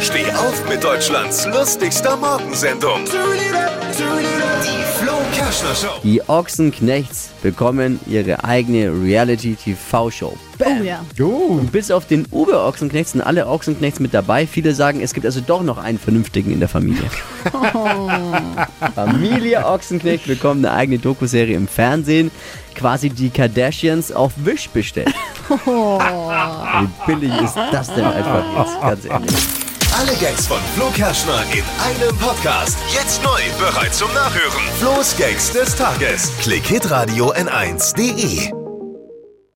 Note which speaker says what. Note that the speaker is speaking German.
Speaker 1: Steh auf mit Deutschlands lustigster Morgensendung. Die Flo Kerschner Show.
Speaker 2: Die Ochsenknechts bekommen ihre eigene Reality-TV-Show.
Speaker 3: Oh ja.
Speaker 2: Bis auf den Oberochsenknecht sind alle Ochsenknechts mit dabei. Viele sagen, es gibt also doch noch einen Vernünftigen in der Familie.
Speaker 3: Oh.
Speaker 2: Familie Ochsenknecht bekommt eine eigene Dokuserie im Fernsehen. Quasi die Kardashians auf Wish bestellt.
Speaker 3: Oh.
Speaker 2: Wie billig ist das denn einfach jetzt? Ganz ehrlich.
Speaker 1: Alle Gags von Flo Kerschner in einem Podcast. Jetzt neu, bereit zum Nachhören. Flo's Gags des Tages. Klick Hitradio N1.de.